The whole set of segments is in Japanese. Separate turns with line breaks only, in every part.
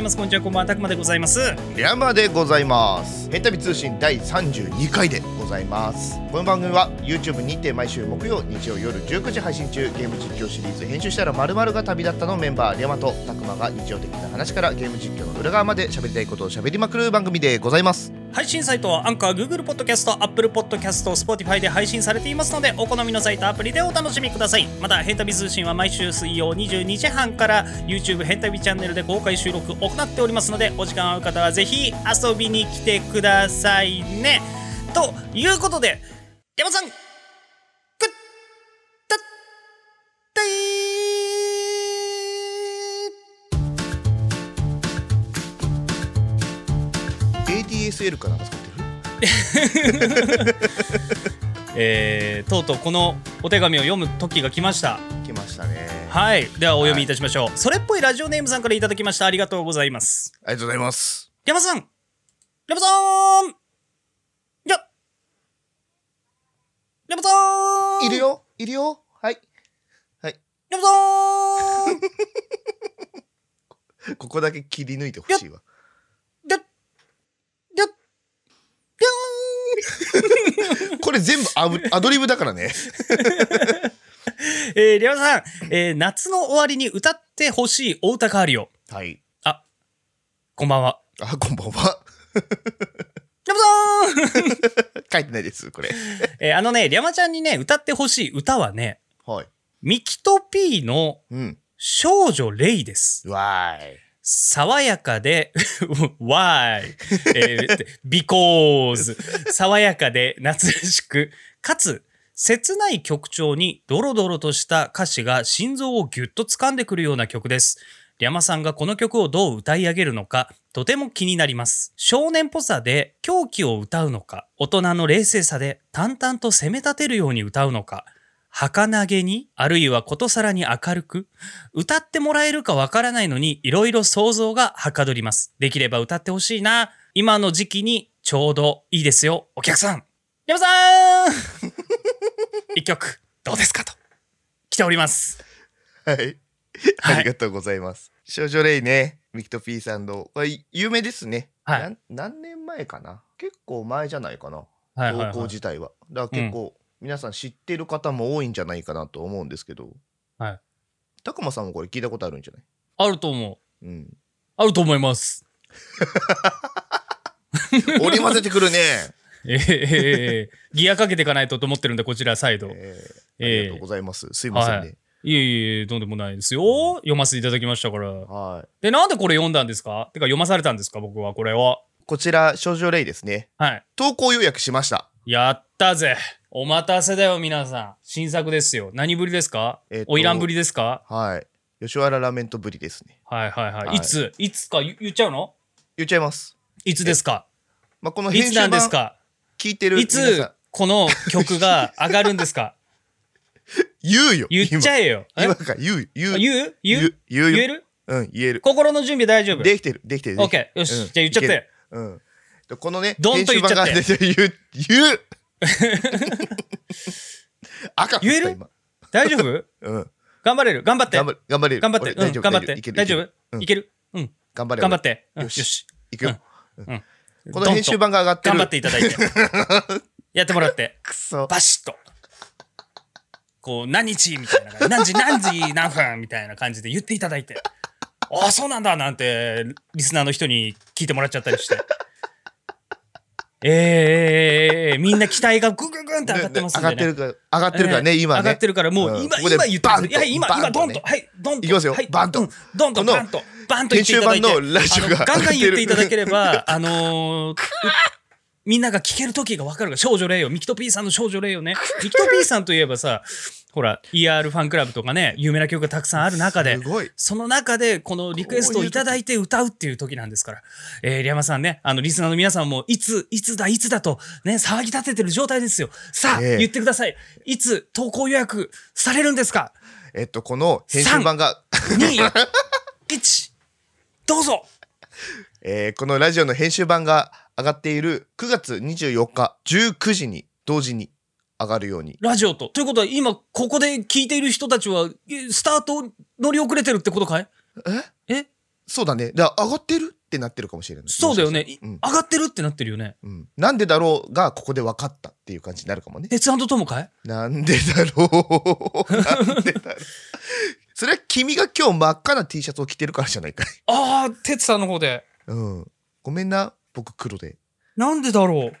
ますこんにちはこんばんはたくまでございます
山でございますヘンタビ通信第32回でございますこの番組は YouTube にて毎週木曜日曜夜19時配信中ゲーム実況シリーズ編集したら〇〇が旅立ったのメンバーリャマとたくまが日常的な話からゲーム実況の裏側まで喋りたいことを喋りまくる番組でございます
配信サイトはアンカー Google ポッドキャスト Apple ポッドキャスト Spotify で配信されていますのでお好みのサイトアプリでお楽しみくださいまたヘンタビ通信は毎週水曜22時半から YouTube ヘンタビチャンネルで公開収録を行っておりますのでお時間ある方はぜひ遊びに来てくださいねということで山さんくったってー
ADSL かなんか使ってる
えーとうとうこのお手紙を読む時が来ました
来ましたね
はいではお読みいたしましょう、それっぽいラジオネームさんからいただきましたありがとうございます
ありがとうございます
山さん山さんや山さん
いるよいるよはい
山さん
ここだけ切り抜いてほしいわ
ややや
これ全部アブアドリブだからね
えー、山さん、えー夏の終わりに歌ってほしいお歌があるよ
はい
こんばんは
あこんばんは
山さん
書いてないですこれ
えーあのね、りゃまちゃんにね、歌ってほしい歌はね、
はい
ミキトピーの
うん
少女レイです。
わーい
爽やかで、why? えー、because 爽やかで夏らしく、かつ、切ない曲調にドロドロとした歌詞が心臓をぎゅっと掴んでくるような曲です。リャマさんがこの曲をどう歌い上げるのか、とても気になります。少年っぽさで狂気を歌うのか、大人の冷静さで淡々と攻め立てるように歌うのか、儚げに、あるいはことさらに明るく、歌ってもらえるかわからないのに、いろいろ想像がはかどります。できれば歌ってほしいな。今の時期にちょうどいいですよ、お客さん。山さん 一曲、どうですかと。来ております。
はい。
はい
ありがとうございます。少女レイね、ミキトピーさんの、これ有名ですね。
はい
なん何年前かな結構前じゃないかな、
はいはい、
投稿
はい。
自体は。だから結構、皆さん知ってる方も多いんじゃないかなと思うんですけど、
はい。
たくまさんもこれ聞いたことあるんじゃない
あると思う。
うん。
あると思います。
織り交ぜて くるね、
ええええギアかけていかないとと思ってるんで、こちら再度。い
えー
ええ
ありがとうございます。すいませんね。
えいえ、とんでもないですよ。読ませていただきましたから。
はい。
で、なんでこれ読んだんですかてか、読まされたんですか僕は、これを。
こちら、少女レイですね。
はい。
投稿予約しました。
やったぜお待たせだよ皆さん新作ですよ何ぶりですか、
えっと
おいらんぶりですか
はい。吉原ラーメンとぶりですね。
はいはいはい、
はい
い、ついつか言言っちゃうの
言っちゃいます。
いつですか
まあ、この
い
編
つ
集
なん
版
ですか
聞いてる
い
皆さん。
つこの曲が上がるんですか
言うよ。
言っちゃえよえ
今今から言う、言う。
言う言
言
う
う言うよ
言える
うん、言える。
心の準備大丈夫
できてる、できてる。
オッケーよ
でき
し、
てる
じゃあ言
うん
っちゃっ
いける
て
うん。でこのね、
ドンと言っちゃって
編集版が出てる 言う、言う赤
言える
振った
大丈夫
今うん。
頑張れる頑張って
頑張れ、頑張れる。
頑張って
俺
うん頑張っ
い
て
ける
大
いけ
丈
る
夫
うん
いけるうん
頑張れ。
頑張ってうん
よ
よ
し
し
俺。いくよ。
うん
この編集版が上がってる。
頑張っていただいて やってもらって
くそ。
バシッと。こう、何日みたいな感じ。何時何時何分みたいな感じで言っていただいて。ああ、そうなんだなんて、リスナーの人に聞いてもらっちゃったりして。えーえーえーえーみんな期待がぐんぐんぐんって上がってますん
ね
で、
ね
ね。
上がってるから、上がってるからね、
ええ
今ね。
上がってるから、もう今、
うんここで
今言ってます。い
バン
や、
と
今、
バ
今、
ン
ド
と
ン
ね
と。はい、ドンと。
いきますよ
はい、
バンと
うんドンと、
この
バンと。バンと言っていただいて。
編集版のラジオが、
あのガンガン言っていただければ、あのー、うみんなが聞ける時がわかるから、少女霊よ。ミキトピーさんの少女霊よね。ミキトピーさんといえばさ、ほら、ER ファンクラブとかね、有名な曲がたくさんある中です
ごい。
その中で、このリクエストをいただいて歌うっていう時なんですから。えー、リャマさんね、あの、リスナーの皆さんも、いつ、いつだ、いつだと、ね、騒ぎ立ててる状態ですよ。さあ、
ええ
言ってください。いつ、投稿予約されるんですか
えっと、この編集版が、
?2、1、どうぞ
えーこのラジオの編集版が上がっている9月24日19時に同時に上がるように
ラジオと。ということは、今、ここで聞いている人たちは、えスタート乗り遅れてるってことかいええ
そうだね。だから上がってるってなってるかもしれない。
そうだよね、い
うん
上がってるってなってるよね
うん、なんでだろうがここで分かったっていう感じになるかもね。
鉄腕と友かい
なんでだろうなんでだろうそれは君が今日真っ赤な T シャツを着てるからじゃないかい。
ああ哲さんの方で
うん。ごめんな、僕黒で。
なんでだろう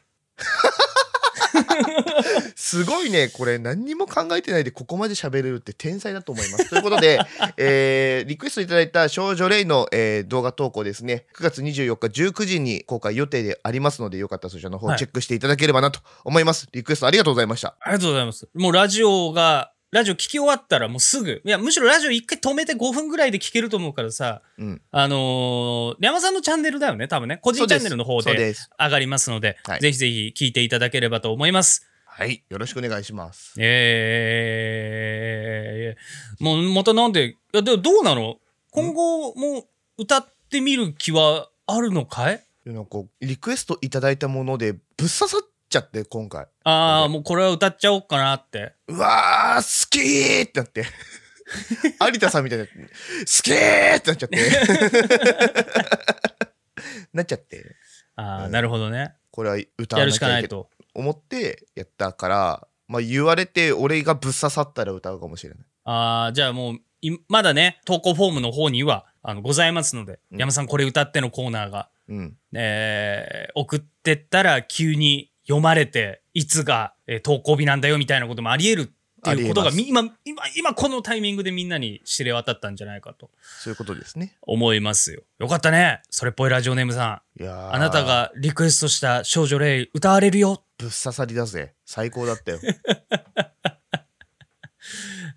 すごいね、これ何にも考えてないでここまで喋れるって天才だと思います。というこ とで、えーリクエストいただいた少女レイの、えー動画投稿ですね、9月24日19時に公開予定でありますので、よかったらそちらの方
はい
チェックしていただければなと思います。リクエストありがとうございました。
ありがとうございますもうラジオがラジオ聞き終わったらもうすぐいやむしろラジオ一回止めて5分ぐらいで聞けると思うからさ
うん。
あのー、山さんのチャンネルだよね多分ね個人チャンネルの方
そう
で
です。
上がりますので
はい
ぜひぜひ聞いていただければと思います
はい。よろしくお願いします。
えー、もうまたなんで、いやでもどうなの今後も歌ってみる気はあるのかい
なんか、リクエストいただいたもので、ぶっ刺さっちゃって、今回。
あ
う
あ、もうこれは歌っちゃおうかなって。
うわー、好きーって なって。有田さんみたいな、好きーってなっち ゃって。なっちゃって。
ああ、
うん
なるほどね。
これは歌
や
わ
る
な
し
き
か
ゃ
ないい
けど
と。
思ってやったから、まあ、言われて俺がぶっ刺さったら歌うかもしれない。
ああ、じゃあもう、いまだね、投稿フォームの方にはあのございますので、
うん
山さんこれ歌ってのコーナーが、
うん。
えー送ってったら急に読まれて、いつが、えー投稿日なんだよみたいなこともあり得るっていうことが
あり
み今、今、今このタイミングでみんなに知れ渡ったんじゃないかと。
そういうことですね。
思いますよ。よかったね。それっぽいラジオネームさん。
いやー
あなた。がリクエストした少女レイ歌われるよ。
ぶっ刺さりだぜ。最高だったよ。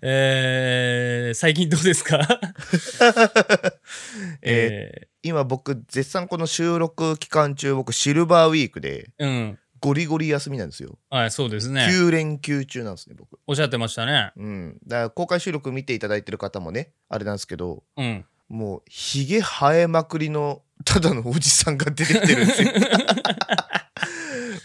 えー、最近どう ですか
えー
え
今僕、絶賛この収録期間中、僕、シルバーウィークで、
ー、うん。
ゴリゴリ休みなんですよ。
はい、そうですね。
9連休中なんですね、僕。
おっしゃってましたね。
うん。だから公開収録見ていただいてる方もね、あれなんですけど、
うん。
もう、ひげ生えまくりの、ただのおじさんが出てきてるんですよ。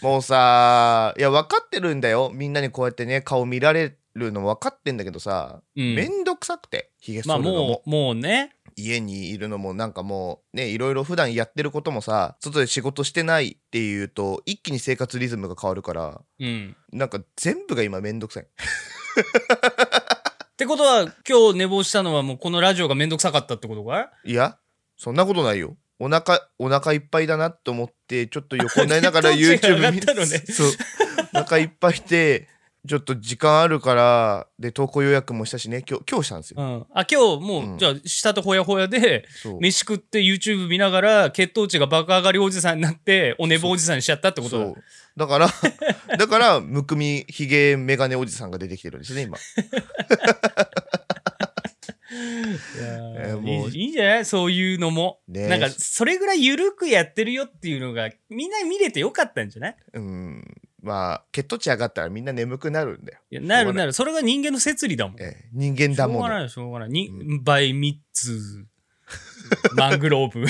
もうさ、いや、分かってるんだよ。みんなにこうやってね、顔見られるの分かってんだけどさ、
うん、
めんどくさくて、ひげ剃
まあ
るのも,、
もう、もうね。
家にいるのも、なんかもう、ね、いろいろ普段やってることもさ、外で仕事してないっていうと、一気に生活リズムが変わるから、
うん。
なんか全部が今めんどくさい。
ってことは、今日寝坊したのはもうこのラジオがめんどくさかったってことか
いや、そんなことないよ。お腹、お腹いっぱいだなと思って、ちょっと横になり ながら
血糖値が
YouTube
上が
見
ったのね
そう。お腹いっぱいで、ちょっと時間あるから、で、投稿予約もしたしね、今日、今日したんです
う
よ。
ん。あ、今日もう、
うん
じゃあ、下とほやほやで、
そう。
飯食って YouTube 見ながら血糖値が爆上がりおじさんになってお寝坊おじさんにしちゃったってこと
そ
だ
うだから、 だから、むくみ、ひげ、メガネおじさんが出てきてるんですね、今。
いや
えー
ー
もう
いいいいんじゃないそういうのも、
ね
なんかそれぐらい緩くやってるよっていうのがみんな見れてよかったんじゃない
うん。まあ、血糖値上がったらみんな眠くなるんだよ。
いやな
しょうがな
る
い
なるそれが人間の摂理だもんし
ええ人間だ
ょう
も
が
の。
ないしょうがないに、
う
倍3つマングローブ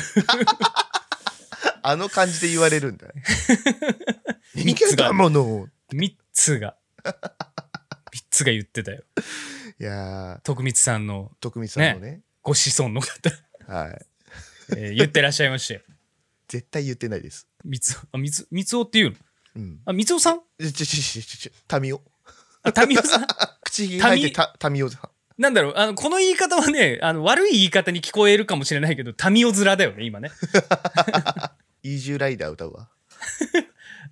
あの感じで言われるんだ。 人
つ
間
が
だもの。
3つが3つが言ってたよ
いやー、
徳光さんの
徳光さんもね
ご子孫の 方、
はい。
えー言ってらっしゃいましたよ
絶対言ってないです。
三つあ三つ三つおっていうの
うん。
あ三つおさん
ちょちょちょちょちょ、タミオ。
あタミオさん
口ひげ生えてたタミオさん。
なんだろうあのこの言い方はねあの悪い言い方に聞こえるかもしれないけど民オ面だよね今ね
イージューライダー歌うわ。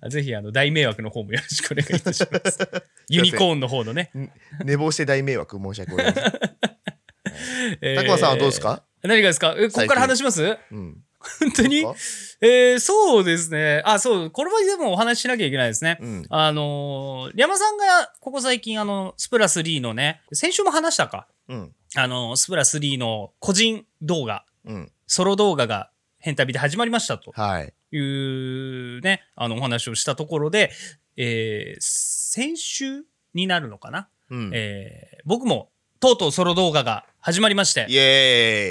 ぜひあの大迷惑の方もよろしくお願いいたしますユニコーンの方のね
ん寝坊して大迷惑申し訳ございま せん。
え
たくまさんはどうですか、
何がですかえここから話します
うん。
本当に
どうで
えーそうですねあそうこれはでもお話ししなきゃいけないですね、
うん。
あのー、リャマさんがここ最近あのスプラ3のね先週も話したか
うん。
あのスプラ3の個人動画
うん。
ソロ動画が変旅で始まりましたと
はい。
いうね、あのお話をしたところで、えー先週になるのかな、
うん。
えー僕もとうとうソロ動画が始まりまして
イ、エ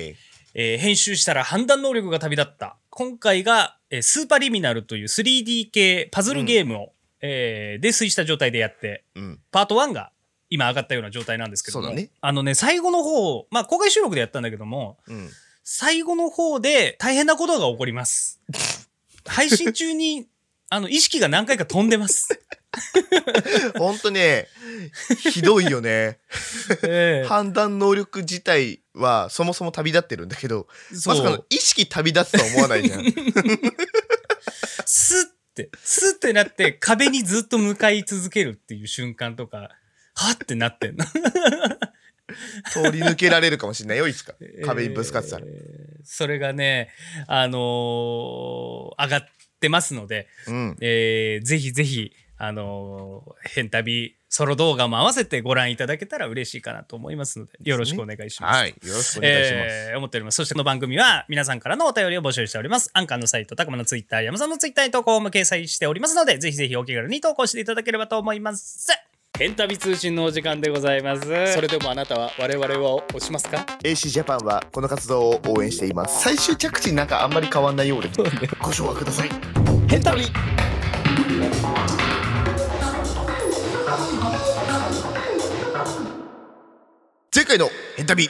ーイ。
えー編集したら判断能力が旅立った。今回が、えースーパーリミナルという 3D 系パズルゲームを、えー泥酔した状態でやって、
うん。
パート1が今上がったような状態なんですけども、
そうだね
あのね、最後の方、まあ公開収録でやったんだけども、
うん。
最後の方で大変なことが起こり ます。配信中に、あの、意識が何回か飛んで ます。
ほんとね、ひどいよ ね。
え
判断能力自体はそもそも旅立ってるんだけど、
えそ
まさかの
う。
意識旅立つとは思わないじ ゃん。
スッって、スッってなって、壁にずっと向かい続けるっていう瞬間とか、はっってなってんの。
通り抜けられるかもしれないよ、いつか。壁にぶつかってたら。
えーそれがね、あのー上がってますので、
うん。
えーぜひぜひ、あのー、変旅ソロ動画も合わせてご覧いただけたら嬉しいかなと思いますので、よろしくお願いします。
はい。よろしくお願いします。
えー思っております。そしてこの番組は皆さんからのお便りを募集しております。アンカーのサイト、たくまのツイッター、山さんのツイッターに投稿も掲載しておりますので、ぜひぜひお気軽に投稿していただければと思います。エンタビ通信のお時間でございます。
それでもあなたは我々を押しますか
AC ジャパンはこの活動を応援しています。最終着地なんかあんまり変わんないようで。ご紹介ください。
変旅
前回のヘンタビ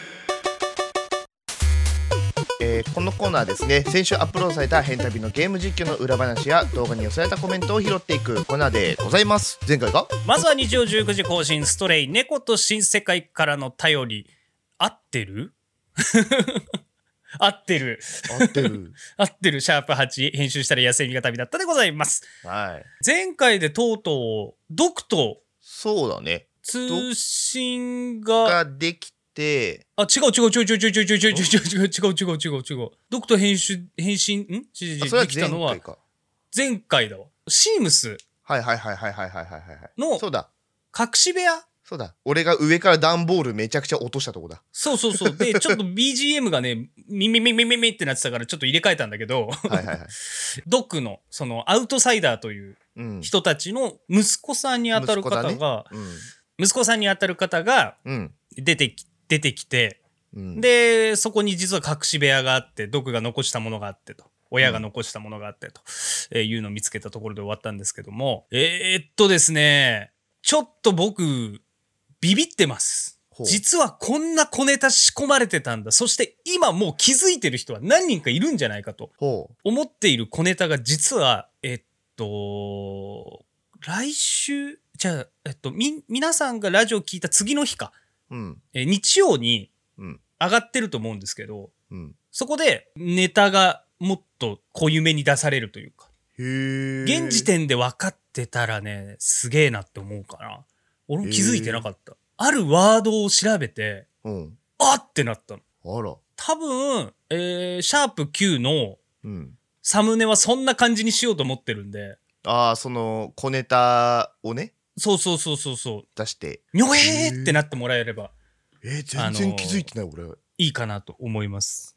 えーこのコーナーですね先週アップロードされた「ヘンタビ」のゲーム実況の裏話や動画に寄せられたコメントを拾っていくコーナーでございます前回が
まずは日曜19時更新、ストレイ、猫と新世界からの頼り。合ってる 合ってる。
合ってる
合ってる。シャープ8、編集したら野生味が旅だったでございます。
はい
前回でとうとう、ドクと
そうだね
通信が、
ができて
あ、違う違う違う違う違う違う違う違う違う違う違う違う違う。ドクと編集、編身、ん違う違う
あ
違
それ
う
は
でき
前
たのは
回か
前回だわ。シームス、
はいはいはいはいはいはいはいはい
の
そうだ
隠し部屋
そうだ俺が上から段ボールめちゃくちゃ落としたとこだ
そうそうそう。で、ちょっと BGM がね、ミミミミミミってなってたから、ちょっと入れ替えたんだけど、
はいはいはい、
ドックの、その、アウトサイダーという
うん
人たちの息子さんに当たる方が、
息
息
子
子,、
うん
さんに当たる方が
うん
出てき、出てきて、
うん、
で、そこに実は隠し部屋があって、ドックが残したものがあってと。親が残したものがあってと、えーいうのを見つけたところで終わったんですけども、えーっとですね、ちょっと僕、ビビってます。
ほう
実はこんな小ネタ仕込まれてたんだ。そして今もう気づいてる人は何人かいるんじゃないかと
ほう
思っている小ネタが実は、えっと、来週、じゃあ、えっと、み、皆さんがラジオ聞いた次の日か、
うん
えー日曜に
うん
上がってると思うんですけど、
うん
そこでネタがもっと濃ゆめに出されるというか、
へえ
現時点で分かってたらね、すげえなって思うかな。俺も気づいてなかった。あるワードを調べて、
うん
あってなったの。
あら
多分、えー、シャープ Q の
うん
サムネはそんな感じにしようと思ってるんで、
ああその小ネタをね
そうそうそうそうそう、
出して
にょへーってなってもらえれば
えー、
あのー
てない俺
いいかなと思います。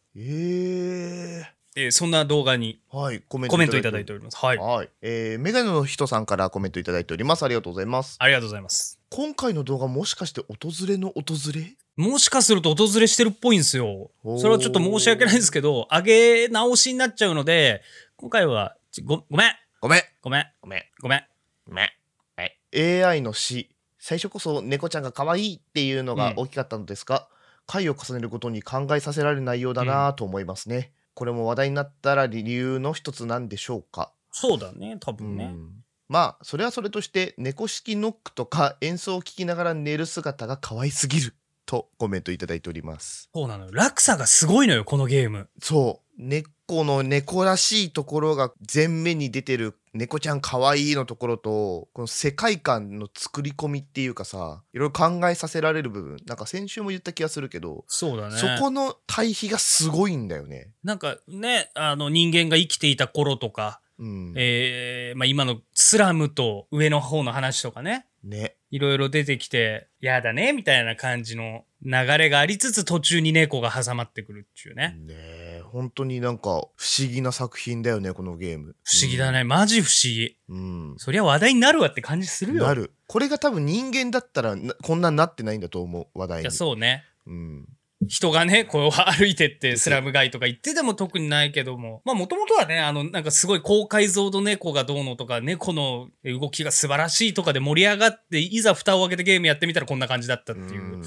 え
え
ーそんな動画に
ー、はいコメント
コメントいただいております。はい。
はい、えー、メガネの人さんからコメントいただいておりますありがとうございます
ありがとうございます。
今回の動画もしかして訪れの訪れ
もしかすると訪れしてるっぽいんですよ
お。ー
それはちょっと申し訳ないですけど、上げ直しになっちゃうので、今回は、ちご、ごめん
ごめん
ごめん
ごめん
ごめん。
ごめんはい AI の死最初こそ猫ちゃんが可愛いっていうのが
うん
大きかったのですが、回を重ねるごとに考えさせられる内容だなぁと思いますね、これも話題になったら理由の一つなんでしょうか
そうだね、多分
う
ね。
んまあそれはそれとして猫式ノックとか演奏を聴きながら寝る姿が可愛すぎるとコメントいただいております
そうなのよ。落差がすごいのよ、このゲーム。
そう猫の猫らしいところが前面に出てる猫ちゃん可愛いのところとこの世界観の作り込みっていうかさいろいろ考えさせられる部分なんか先週も言った気がするけど、
そうだね。
そこの対比がすごいんだよね
なんかね、あの人間が生きていた頃とか、
うん
えーまあ、今のスラムと上の方の話とかね、
ね
いろいろ出てきて、やだね、みたいな感じの流れがありつつ途中に猫が挟まってくるっていうね。
ねえ本当になんか不思議な作品だよねこのゲーム
不思議だね。マジ不思議。
うん
そりゃ話題になるわって感じするよ。
なるこれが多分人間だったらなこんなになってないんだと思う話題
い
に
や、そうね。
うん、
人がね、こう歩いてって、スラム街とか行ってでも特にないけども、まあもともとはね、あの、なんかすごい高解像度猫がどうのとか、猫の動きが素晴らしいとかで盛り上がって、いざ蓋を開けてゲームやってみたらこんな感じだったっていう。
うん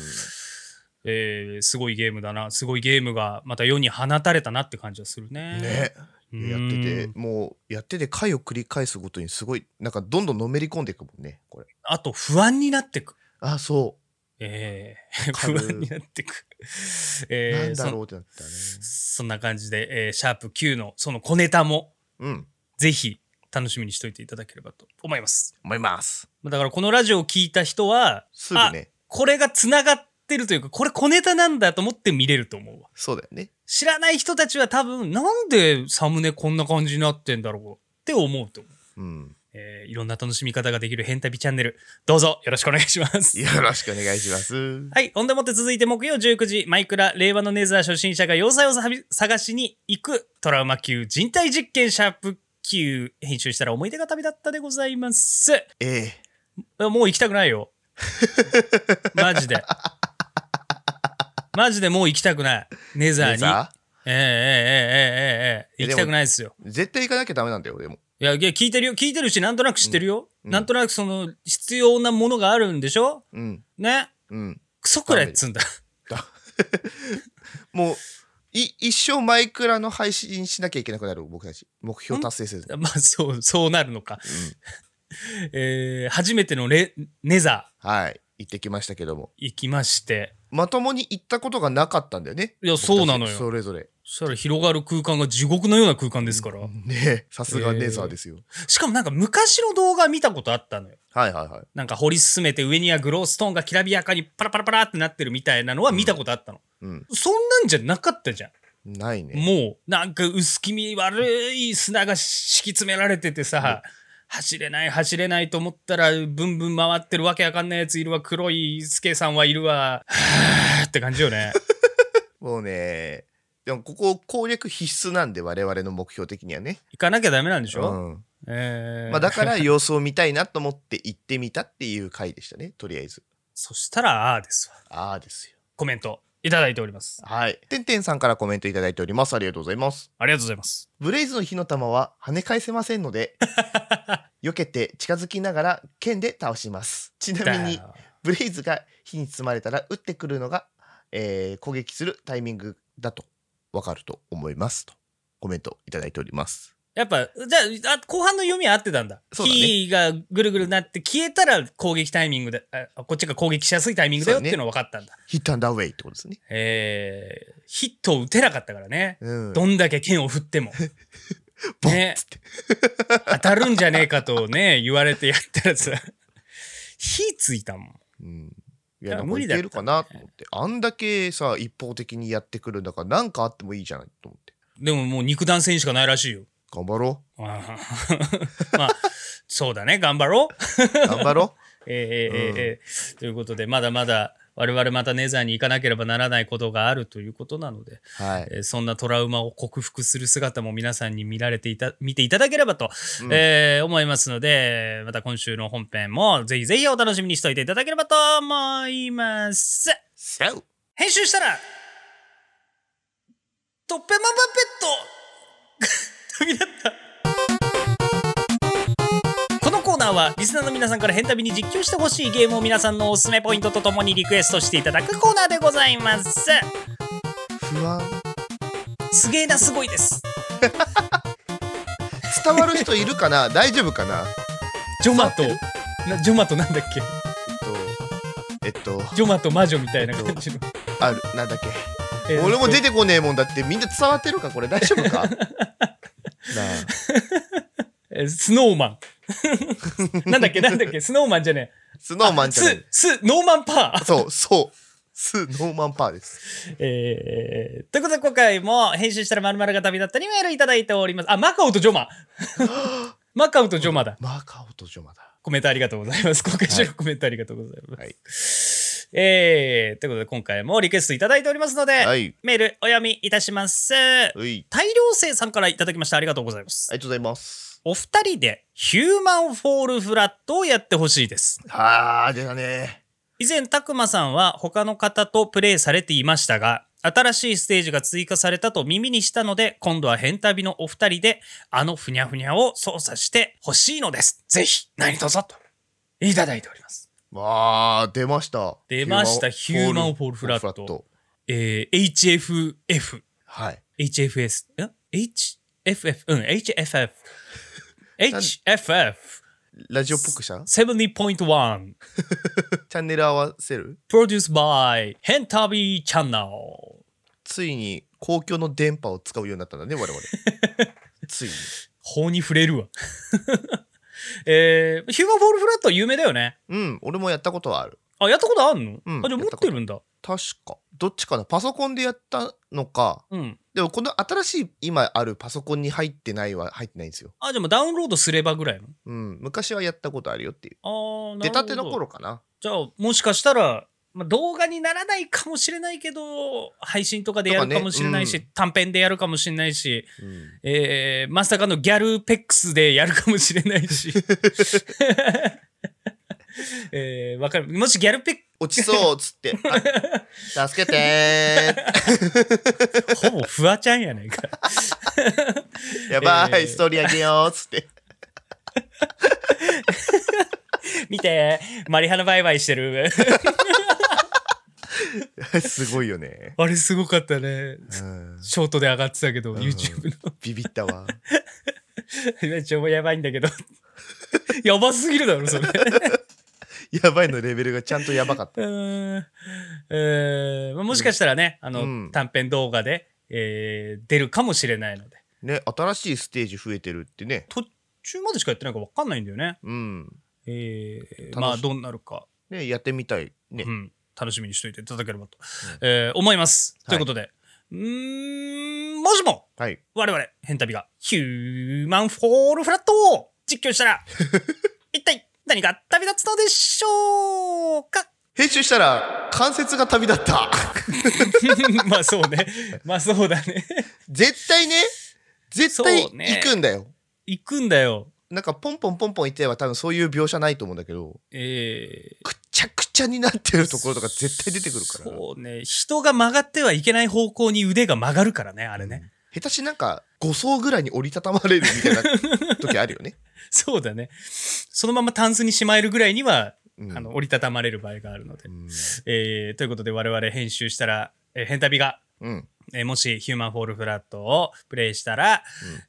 えーすごいゲームだなすごいゲームがまた世に放たれたなって感じはするね。
ね、
うん
やっててもうやってて回を繰り返すごとにすごいなんかどんどんのめり込んでいくもんねこれ
あと不安になってく。
あそ
えー、
わかる
不安になってく。
う、
えー
なんだろう
そ
ってなったね
そんな感じで、えーシャープ9のその小ネタも
うん
ぜひ楽しみにしといていただければと思います。
思います
だからこのラジオを聞いた人は、
すぐね
これがつながってるというか、これ小ネタなんだと思って見れると思うわ。
そうだよね
知らない人たちは多分、なんでサムネこんな感じになってんだろうって思うと思う。
うん
えーいろんな楽しみ方ができるヘンタビチャンネル、どうぞよろしくお願いします。
よろしくお願いします
はい。ほんでもって続いて木曜19時、マイクラ、令和のネザー初心者が要塞を探探しに行くトラウマ級人体実験シャープ級編集したら思い出が旅だったでございます。
ええ
いやもう行きたくないよ。マジで。マジでもう行きたくない。ネザー
で
に。
さ
ええええええええええ行きたくないですよ。
絶対行かなきゃダメなんだよでも
いや、いや聞いてるよ。聞いてるし、なんとなく知ってるよ。
うん
なんとなくその、必要なものがあるんでしょ
うん
ね。
うん
クソくらいっつんだ。
もうい一生マイクラの配信しなきゃいけなくなる僕たち目標達成せずに、
まあ、そう、そうなるのか。
うん
えー初めてのレネザ
はい行ってきましたけども
ー行きまして、
まともに行ったことがなかったんだよね
いや
僕たち
そうなのよ
それぞれ
そしたら広がる空間が地獄のような空間ですから。
ねさすがネザーですよ、
しかもなんか昔の動画見たことあったのよ。
はいはいはい
なんか掘り進めて上にはグローストーンがきらびやかにパラパラパラってなってるみたいなのは見たことあったの。
うん
そんなんじゃなかったじゃん。
ないね
もうなんか薄気味悪い砂が敷き詰められててさ、走れない走れないと思ったらブンブン回ってるわけわかんないやついるわ黒いスケさんはいるわはぁーって感じよ ね
もうねでもここ攻略必須なんで我々の目標的にはね、
行かなきゃダメなんでし
う
ょ、
ん
えー
まあ、だから様子を見たいなと思って行ってみたっていう回でしたねとりあえず
そしたらああですわ
ああですよ
コメントいただいております
はいてんてんさんからコメントいただいておりますありがとうございます
ありがとうございます
ブレイズの火の玉は跳ね返せませんの で避けて近づきながら剣で倒しますちなみに
だ
ブレイズが火に包まれたら撃ってくるのが、えー攻撃するタイミングだとわかると思いますとコメントいただいております
やっぱじゃああ後半の読みは合ってたんだ
そうだね
キーがぐるぐるなって消えたら攻撃タイミングであこっちが攻撃しやすいタイミングだよっていうのは分かったんだ
ヒットアンダーウェイってことですね、
えーヒットを打てなかったからね、
うん、
どんだけ剣を振っても
ボン
ね
っつって
当たるんじゃねえかとね 言われてやったらさ火ついたもん
うんい
い
や
や
なん
無
かい
理だ
け
った
るかなと思ってあんだけさ一方的にやってくるんだからなんかあってもいいじゃないと思って
でももう肉弾戦しかないらしいよ
頑張ろ
あー まあそうだね頑張ろう
う頑張ろ
えーえー
うん
えーえーということでまだまだ我々またネザーに行かなければならないことがあるということなので、
うはい
えーそんなトラウマを克服する姿も皆さんに見られていた見ていただければと、
うん
えー思いますのでまた今週の本編もぜひぜひお楽しみにしておいていただければと思います
そう
編集したらトッペママペット 旅立ったこのコーナーはリスナーの皆さんから変旅に実況してほしいゲームを皆さんのおすすめポイントとともにリクエストしていただくコーナーでございます
不安
すげえなすごいです
伝わる人いるかな大丈夫かな
ジョマとなジョマとなんだっけ
えっとえっと
ジョマと魔女みたいな感じの、
あるなんだっけ
えー
俺も出てこねえもんだってみんな伝わってるかこれ大丈夫 かなあ
えースノーマン なんだっけなんだっけスノーマンじゃねえ
スノーマンじゃない
ススノーマンパー
そうそうスノーマンパーです
えーということで今回も編集したらまるまるが旅だったにメールいただいております。あ、マカオとジョ マ。マカオとジョマだ。
マーカーオとジョマだ
コメントありがとうござい ます。今回収録コメントありがとうございます。
はい
えーということで今回もリクエストいただいておりますので、
はい
メールお読みいたします。
うい
大量生さんからいただきました。ありがとうございます。
ありがとうございます
お二人でヒューマンフォールフラットをやってほしいです。
はあ出たね
以前たくまさんは他の方とプレイされていましたが新しいステージが追加されたと耳にしたので今度は変旅のお二人であのふにゃふにゃを操作してほしいのですぜひ何卒といただいております
わあ出ました
出ましたヒューマンフォールフラットえー、HFF。
はい。
HFS。ん ?HFF。うん、HFF。HFF。
ラジオっぽくした
70.1
チャンネル合わせる
Produced by ヘンタビーチャンネル
ついに公共の電波を使うようになったんだね 我々ついに
法に触れるわ えー、ヒューマンフォールフラットは有名だよね
うん俺もやったことはある
あやったことあんの、
うん
あじゃあ持ってるんだ
確かどっちかなパソコンでやったのか
うん
でもこの新しい今あるパソコンに入ってないは入ってないんですよ、
あじゃあもうダウンロードすればぐらいの
うん、昔はやったことあるよっていう
ああ
出たての頃かな
じゃあもしかしたら、まあ、動画にならないかもしれないけど配信とかでや
とか
る
ね
かもしれないし、
う
短編でやるかもしれないし、
うん
えー、まさかのギャルペックスでやるかもしれないし えー、わかるもしギャルペック
落ちそうっ つってあ助けて
ほぼフワちゃんやないか
ーやばい、
えー
ストーリーあげようっつって
見てマリハナバイバイしてる
すごいよね、
あれすごかったね
うん、
ショートで上がってたけど
ん
YouTube の
ビビっ たわ
めっちゃやばいんだけどやばすぎるだろそ れ
やばいのレベルがちゃんとやばかった
うーんえーまあもしかしたらね、あの、
うん
短編動画で、えー出るかもしれないので。
ね新しいステージ増えてるってね
途中までしかやってないから分かんないんだよね。
うん
え
楽し
ーまあ、どうなるか、
ねやってみたいね、
うん、楽しみにしておいていただければと、えー思います。
は
とい
い
うことで、うーん、もしも、
はい
我々、変旅が、ヒューマンフォールフラットを実況した ら、一体何が旅立つのでしょう か
編集したら関節が旅立った
まあ、そうね。まあ、そうだね。
絶対ね絶対
そうね
行くんだよ、
行くんだよ。
なんかポンポンポンポン行っては多分そういう描写ないと思うんだけど
え
くちゃくちゃになってるところとか絶対出てくる
ー、
から
そうね人が曲がってはいけない方向に腕が曲がるからねあれね、
下手しなんか5層ぐらいに折りたたまれるみたいな時あるよ ね、
そうだねそのままタンスにしまえるぐらいには、
うん
あの折りたたまれる場合があるので、
うん
えーということで我々編集したら「えー、変旅が」
うん
えーもしヒューマンフォールフラットをプレイしたら、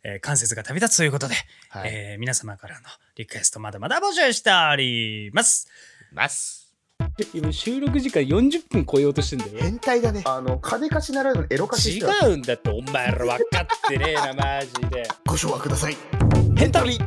えー関節が旅立つということで、
はい、
えー皆様からのリクエストまだまだ募集しております。
ます
今収録時間40分超えようとしてんだよ
態だねあの金貸しならぬエロ
違うんだってお前ら分かってねえなマジで
ご唱和ください
ヘンタビ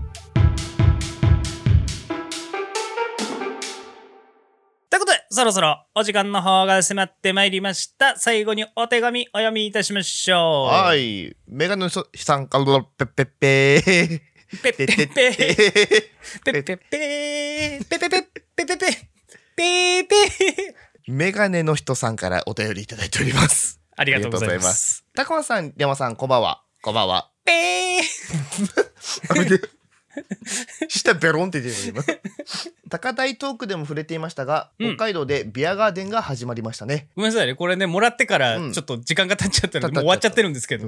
ということで、そろそろお時間の方が迫ってまいりました。最後にお手紙お読みいたしましょう。
は。ーいメガネの人さんからペッペッペー
ペッペッペー。 ペッペッペー。ペッペッペッペッペッペッペーペー。
メガネの人さんからお便りいただいております。
ありがとうございます。
たこまさん、山さん、こんばんは。こんばんは。
ペー。
下ベロンって出てる今。高台トークでも触れていましたが、
うん
北海道でビアガーデンが始まりましたね。
ごめんなさいね。これね、もらってから
うん
ちょっと時間が経っちゃったので、もう終わっちゃってるんですけど。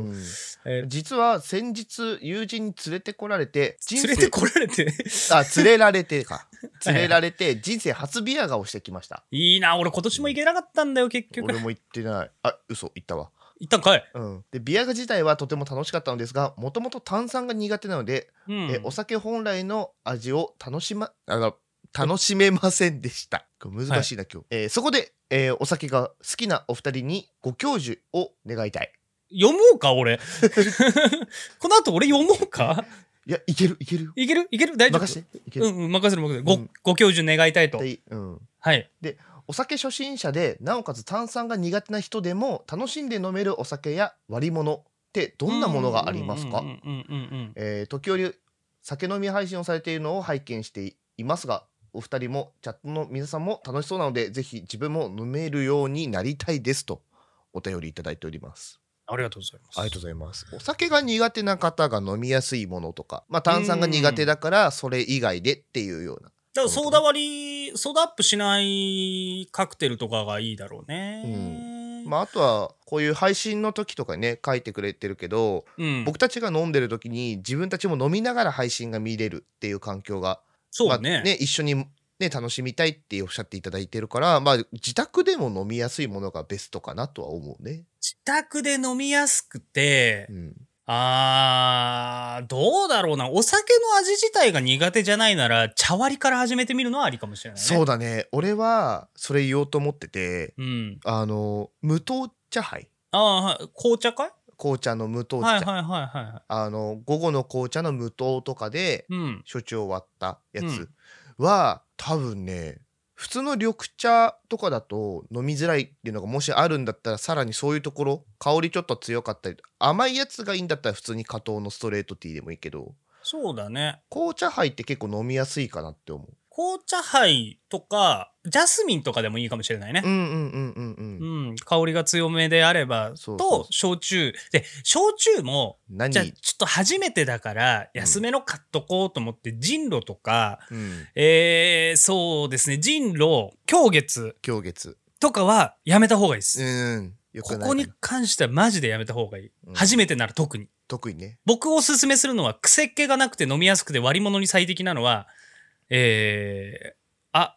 えー
実は先日友人に連れてこられて人
連
生
れてこられて。
あ連れられ てか連れられて人生初ビアガーをしてきました
いいな。俺今年も行けなかったんだよ、結局
俺。も行ってないあ嘘言ったわ
行ったんかい。
うんでビアガー自体はとても楽しかったのですがもともと炭酸が苦手なので
う
え
ん
お。酒本来の味を楽しまあの楽しめませんでした。これ難しいな、今日、えーそこで、えーお酒が好きなお二人にご教授を願いたい。
読もうか、 俺。この後俺読もうか
いや、いける、いけるよ。
いけるいける大丈夫
任せて。いけ
う
る。
んうん、任せる任せる。ご、
うん
ご教授願いたいと。
でうん
はい。
お酒初心者でなおかつ炭酸が苦手な人でも楽しんで飲めるお酒や割り物ってどんなものがありますか
うんうんうんうんうん
えー時折酒飲み配信をされているのを拝見していますがお二人もチャットの皆さんも楽しそうなのでぜひ自分も飲めるようになりたいですとお便りいただいております
ありがとうございます。
ありがとうございますお酒が苦手な方が飲みやすいものとか、まあ、炭酸が苦手だからそれ以外でっていうような
だからソーダ割り、ソーダアップしないカクテルとかがいいだろうね。
まあ、あとはこういう配信の時とかにね書いてくれてるけど
うん、
僕たちが飲んでる時に自分たちも飲みながら配信が見れるっていう環境が
そうね,、
まあ一緒にね、楽しみたいっておっしゃっていただいてるから、まあ、自宅でも飲みやすいものがベストかなとは思うね。
自宅で飲みやすくて
う、ん。
あー、どうだろうな。お酒の味自体が苦手じゃないなら、茶割りから始めてみるのはありかもしれない、ね。
そうだね。俺は、それ言おうと思ってて、
うん。
あの、無糖茶杯。
ああ、はい紅茶かい
紅茶の無糖茶。
はいはいはいはいは
あの、午後の紅茶の無糖とかで、
い。うん。
処置を割ったや
う
つ
ん
は、多分ね、普通の緑茶とかだと飲みづらいっていうのがもしあるんだったらさらにそういうところ香りちょっと強かったり甘いやつがいいんだったら普通に加糖のストレートティーでもいいけど
そうだね。
紅茶杯って結構飲みやすいかなって思う
紅茶杯とか、ジャスミンとかでもいいかもしれないね
う。んうんうんうんうん、
うん、香りが強めであれば
そうそうそ
と
う
焼酎で焼酎も
何
じゃあちょっと初めてだから安めの買っとこうと思って人路とか、
うん、
えー、そうですね人路狂月
今日月
とかはやめた方がいいです、
うんよくな
こ
い
こに関してはマジでやめた方がいい、
うん
初めてなら特に
特にね
僕おすすめするのは癖っ気がなくて飲みやすくて割り物に最適なのはえー、あ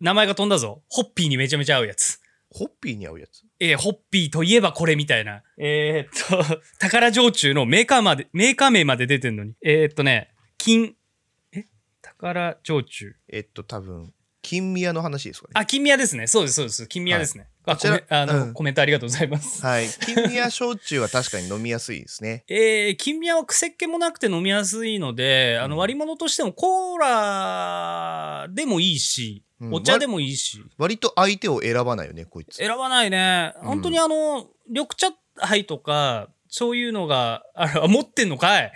名前が飛んだぞホッピーにめちゃめちゃ合うやつ
ホッピーに合うやつ
えーホッピーといえばこれみたいな。えーっと、宝焼酎のメーカーまで、メーカー名まで出てんのに。えーっとね、金、え宝焼酎。
えっと多分金宮の話ですかね
あ、金宮ですね。そうです、そうです。金宮ですね。あ、
こ
コ
ちら
メあの、
うん
コメントありがとうございます。
はい金宮焼酎は確かに飲みやすいですね
えー、金宮は癖っ気もなくて飲みやすいので、あ
う
の
ん
割り物としてもコーラでもいいし、
うん
お茶でもいいし、
割と相手を選ばないよねこいつ
選ばないね。
うん
本当にあの、緑茶杯とか、そういうのが、あら、持ってんのかい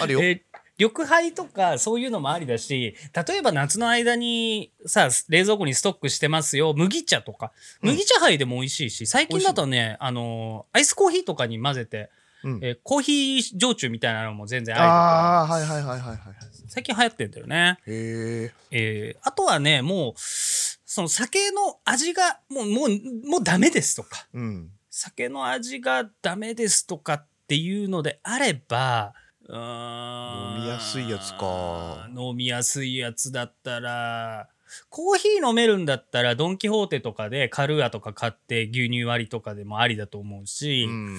あるよ、
えー緑杯とかそういうのもありだし例えば夏の間にさ冷蔵庫にストックしてますよ麦茶とか
うん
麦茶杯でも美味しいし、最近だとねあのーアイスコーヒーとかに混ぜて、
うん
えーコーヒー焼酎みたいなのも全然ありだから
ああはいはいはいはいはい
最近流行ってんだよね、
へえ
えーあとはねもうその酒の味がもうもうもうダメですとか
うん
酒の味がダメですとかっていうのであればうーん
飲みやすいやつか
飲みやすいやつだったらコーヒー飲めるんだったらドン・キホーテとかでカルーアとか買って牛乳割りとかでもありだと思うし、
うん
え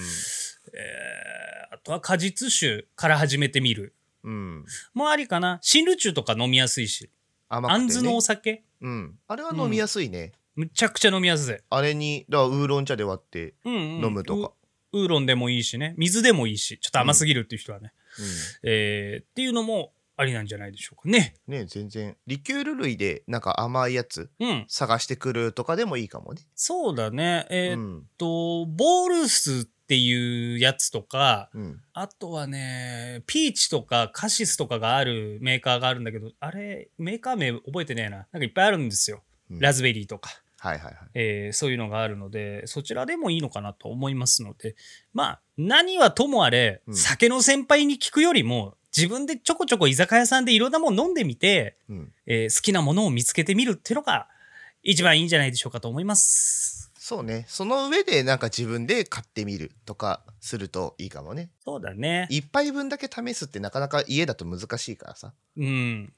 ーあとは果実酒から始めてみる
うん
もありかな真ルチュとか飲みやすいし、
甘くて、
あ
ね、
んずのお酒
うんあれは飲みやすいね、
むちゃくちゃ飲みやすい、
あれにだからウーロン茶で割って
うんうん
飲むとか、
ウウーロンでもいいしね水でもいいしちょっと甘すぎるっていう人はね、
う
えーっていうのもありなんじゃないでしょうかね。
んね全然リキュール類でなんか甘いやつ
うん、
探してくるとかでもいいかもね、
そうだね。えーっ
うん
と、ボールスっていうやつとか、
うん
あとはね、ピーチとかカシスとかがあるメーカーがあるんだけど、あれ、メーカー名覚えてねえな。なんかいっぱいあるんですよ。
うん
ラズベリーとか、
はいはいはい
えーそういうのがあるので、そちらでもいいのかなと思いますので、まあ、何はともあれ、
うん
酒の先輩に聞くよりも、自分でちょこちょこ居酒屋さんでいろんなもの飲んでみて、
うん
えー好きなものを見つけてみるっていうのが一番いいんじゃないでしょうかと思います。
そうねその上でなんか自分で買ってみるとかするといいかもね
そうだね。
一杯分だけ試すってなかなか家だと難しいからさ、
うん。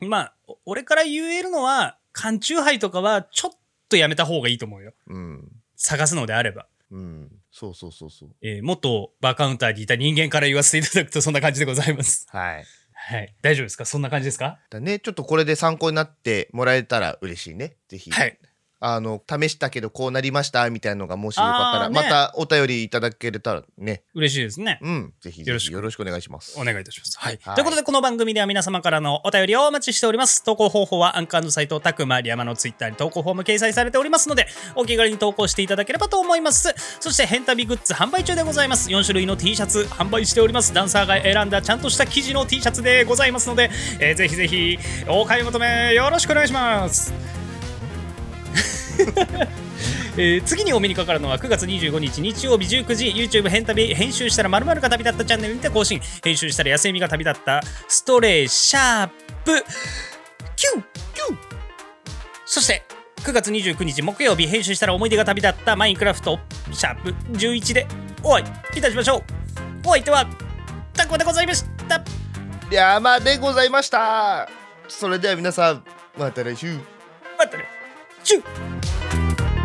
うん、
まあ、お俺から言えるのは、缶チューハイとかはちょっとやめた方がいいと思うよ。
うん
探すのであれば。
うんそうそうそうそう
えー元バーカウンターにいた人間から言わせていただくとそんな感じでございます。
はい
はい。大丈夫ですかそんな感じですか
だねちょっとこれで参考になってもらえたら嬉しいねぜひ、
はい。
あの試したけどこうなりましたみたいなのがもしよかったら、
あーね
またお便りいただけたらね
嬉しいですね。
うんぜひ
よ
ぜ
ろし
ひ
く
よろしくお願いします
お願いいたします。はい。
はい
ということで、この番組では皆様からのお便りをお待ちしております。投稿方法はアンカーのサイト、たくまりやまのツイッターに投稿フォーム掲載されておりますので、お気軽に投稿していただければと思います。そして、ヘンタビグッズ販売中でございます。4種類の T シャツ販売しております。ダンサーが選んだちゃんとした生地の T シャツでございますので、えーぜひぜひお買い求めよろしくお願いします。えー次にお目にかかるのは9月25日日曜日19時 YouTube 変旅編集したらまるが旅立ったチャンネルにて更新編集したら休みが旅立ったストレイシャープキュンキュンそして9月29日木曜日編集したら思い出が旅立ったマインクラフトシャープ11でお会いいたしましょうお相手はタクマでございました
山でございましたそれでは皆さんまた来週
待ってねチュッ